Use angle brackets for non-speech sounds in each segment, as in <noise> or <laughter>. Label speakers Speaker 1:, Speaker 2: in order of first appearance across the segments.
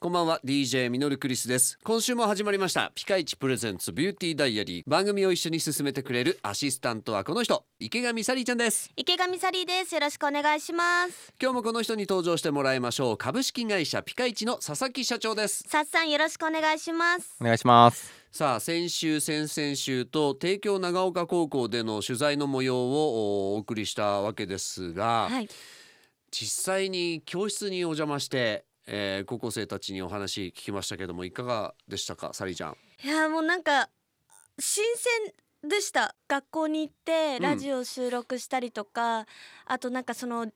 Speaker 1: こんばんは DJ ミノルクリスです今週も始まりましたピカイチプレゼンツビューティーダイアリー番組を一緒に進めてくれるアシスタントはこの人池上サリーちゃんです
Speaker 2: 池上サリーですよろしくお願いします
Speaker 1: 今日もこの人に登場してもらいましょう株式会社ピカイチの佐々木社長です
Speaker 2: さっさんよろしくお願いします
Speaker 3: お願いします
Speaker 1: さあ先週先々週と帝京長岡高校での取材の模様をお送りしたわけですが、
Speaker 2: はい
Speaker 1: 実際に教室にお邪魔して、えー高校生たちにお話聞きましたけどもいかがでしたかサリーちゃん。
Speaker 2: いやもうなんか新鮮でした学校に行って
Speaker 1: うん
Speaker 2: ラジオ収録したりとか、あとなんかその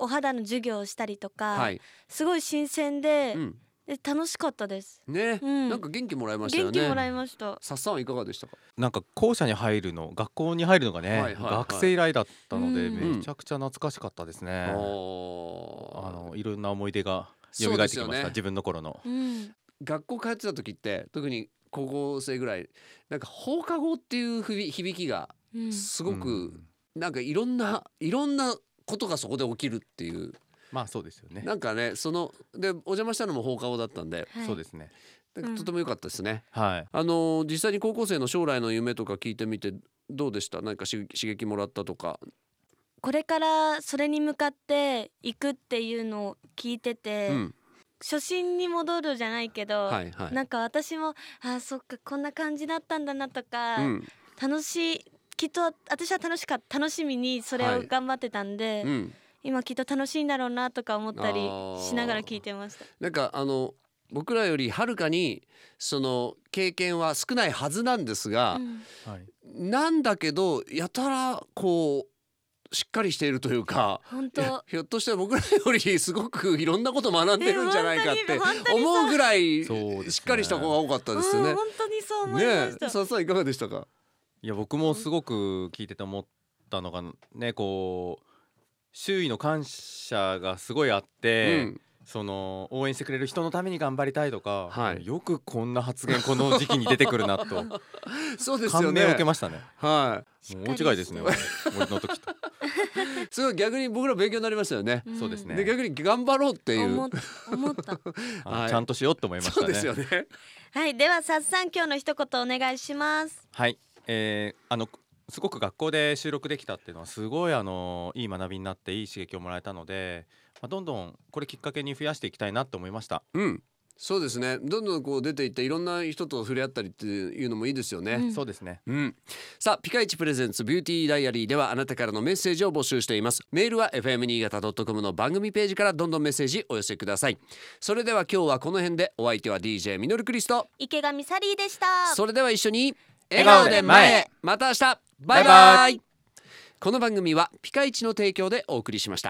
Speaker 2: お肌の授業をしたりとか、
Speaker 1: はい、
Speaker 2: すごい新鮮で,、
Speaker 1: うん、
Speaker 2: で楽しかったです
Speaker 1: ね、
Speaker 2: うん
Speaker 1: なんか元気もらいましたよ
Speaker 2: 元気もら
Speaker 1: ね。
Speaker 2: いました
Speaker 1: さっさんはいかがでしたか。
Speaker 3: なんか校舎に入るの学校に入るのがね、
Speaker 1: はいはいはい
Speaker 3: 学生以来だったので
Speaker 2: うん
Speaker 3: めちゃくちゃ懐かしかったですね、あ
Speaker 1: あ
Speaker 3: のいろんな思い出が蘇
Speaker 1: そう
Speaker 3: っ
Speaker 1: で
Speaker 3: て
Speaker 1: す
Speaker 3: き
Speaker 1: よね
Speaker 3: ました、自分の頃の
Speaker 2: うん
Speaker 1: 学校通ってた時って特に高校生ぐらいなんか放課後っていうふび響きが
Speaker 2: うん
Speaker 1: すご
Speaker 3: う
Speaker 1: く
Speaker 3: ん
Speaker 1: なんかいろんないろんなことがそこで起きるっていう
Speaker 3: まあそうですよね
Speaker 1: なんかねそのでお邪魔したのも放課後だったんで
Speaker 2: はい
Speaker 3: そうですね
Speaker 1: なんか
Speaker 2: うん
Speaker 1: とても良かったですね。
Speaker 3: はい
Speaker 1: あのー実際に高校生の将来の夢とか聞いてみてどうでした何か刺激刺激もらったとか。
Speaker 2: これからそれに向かって行くっていうのを聞いてて、
Speaker 1: うん、
Speaker 2: 初心に戻るじゃないけど、
Speaker 1: はいはい。
Speaker 2: なんか私もあーそっかこんな感じだったんだなとか、
Speaker 1: うん
Speaker 2: 楽しいきっと私は楽しか楽しみにそれ
Speaker 1: は
Speaker 2: を
Speaker 1: い
Speaker 2: 頑張ってたんで、
Speaker 1: うん
Speaker 2: 今きっと楽しいんだろうなとか思った
Speaker 1: あ
Speaker 2: り
Speaker 1: ー
Speaker 2: しながら聞いてました。
Speaker 1: なんかあの僕らよりはるかにその経験は少ないはずなんですが、
Speaker 2: うん
Speaker 3: はい、
Speaker 1: なんだけどやたらこうしっかりしているというか
Speaker 2: <laughs> 本
Speaker 1: いや
Speaker 2: 当
Speaker 1: ひょっとして僕らよりすごくいろんなこと学んでるんじゃないかっ
Speaker 2: え
Speaker 1: て
Speaker 2: <laughs> 本当に本当に
Speaker 1: 思うぐらい
Speaker 3: そうですね
Speaker 1: しっかりした子が多かったですよ
Speaker 2: う
Speaker 1: ね
Speaker 2: ん。本当にそう思いま
Speaker 1: ね
Speaker 2: した。
Speaker 1: え、さっさんいかがでしたか。
Speaker 3: いや僕もすごく聞いてて思ったのがねこう周囲の感謝がすごいあって、
Speaker 1: うん
Speaker 3: その応援してくれる人のために頑張りたいとか、
Speaker 1: はい
Speaker 3: よくこんな発言この時期に出てくるなと
Speaker 1: そうですよ
Speaker 3: 感銘
Speaker 1: ね
Speaker 3: を受け。ましたね。
Speaker 1: は
Speaker 3: もう大違いです
Speaker 1: <laughs>
Speaker 3: ね。俺俺の時と。
Speaker 1: い、それは逆に僕ら勉強になりましたよね。
Speaker 2: ん
Speaker 3: そうですね
Speaker 1: で逆に頑張ろうっていう
Speaker 2: 思っ思った。
Speaker 3: あ
Speaker 1: はい
Speaker 3: ちゃんとしようって思いまし
Speaker 1: そ
Speaker 3: たね。
Speaker 1: うですよね。
Speaker 2: はい、ではさっさん今日の一言お願いします。
Speaker 3: はい、えーあのすごく学校で収録できたっていうのはすごいあのいい学びになっていい刺激をもらえたので、まあ、どんどんこれきっかけに増やしていきたいなって思いました。
Speaker 1: うん、そうですね。どんどんこう出ていっていろんな人と触れ合ったりっていうのもいいですよね。
Speaker 2: うん
Speaker 3: そうですね。
Speaker 1: うん、さあピカイチプレゼンツビューティーダイアリーではあなたからのメッセージを募集していますメールは fm 新潟 .com の番組ページからどんどんメッセージお寄せくださいそれでは今日はこの辺でお相手は DJ ミノルクリスト
Speaker 2: 池上サリーでした。
Speaker 1: それでは一緒に
Speaker 3: 笑顔で前へ
Speaker 1: また明日バイバイ
Speaker 3: バイバ
Speaker 1: この番組はピカイチの提供でお送りしました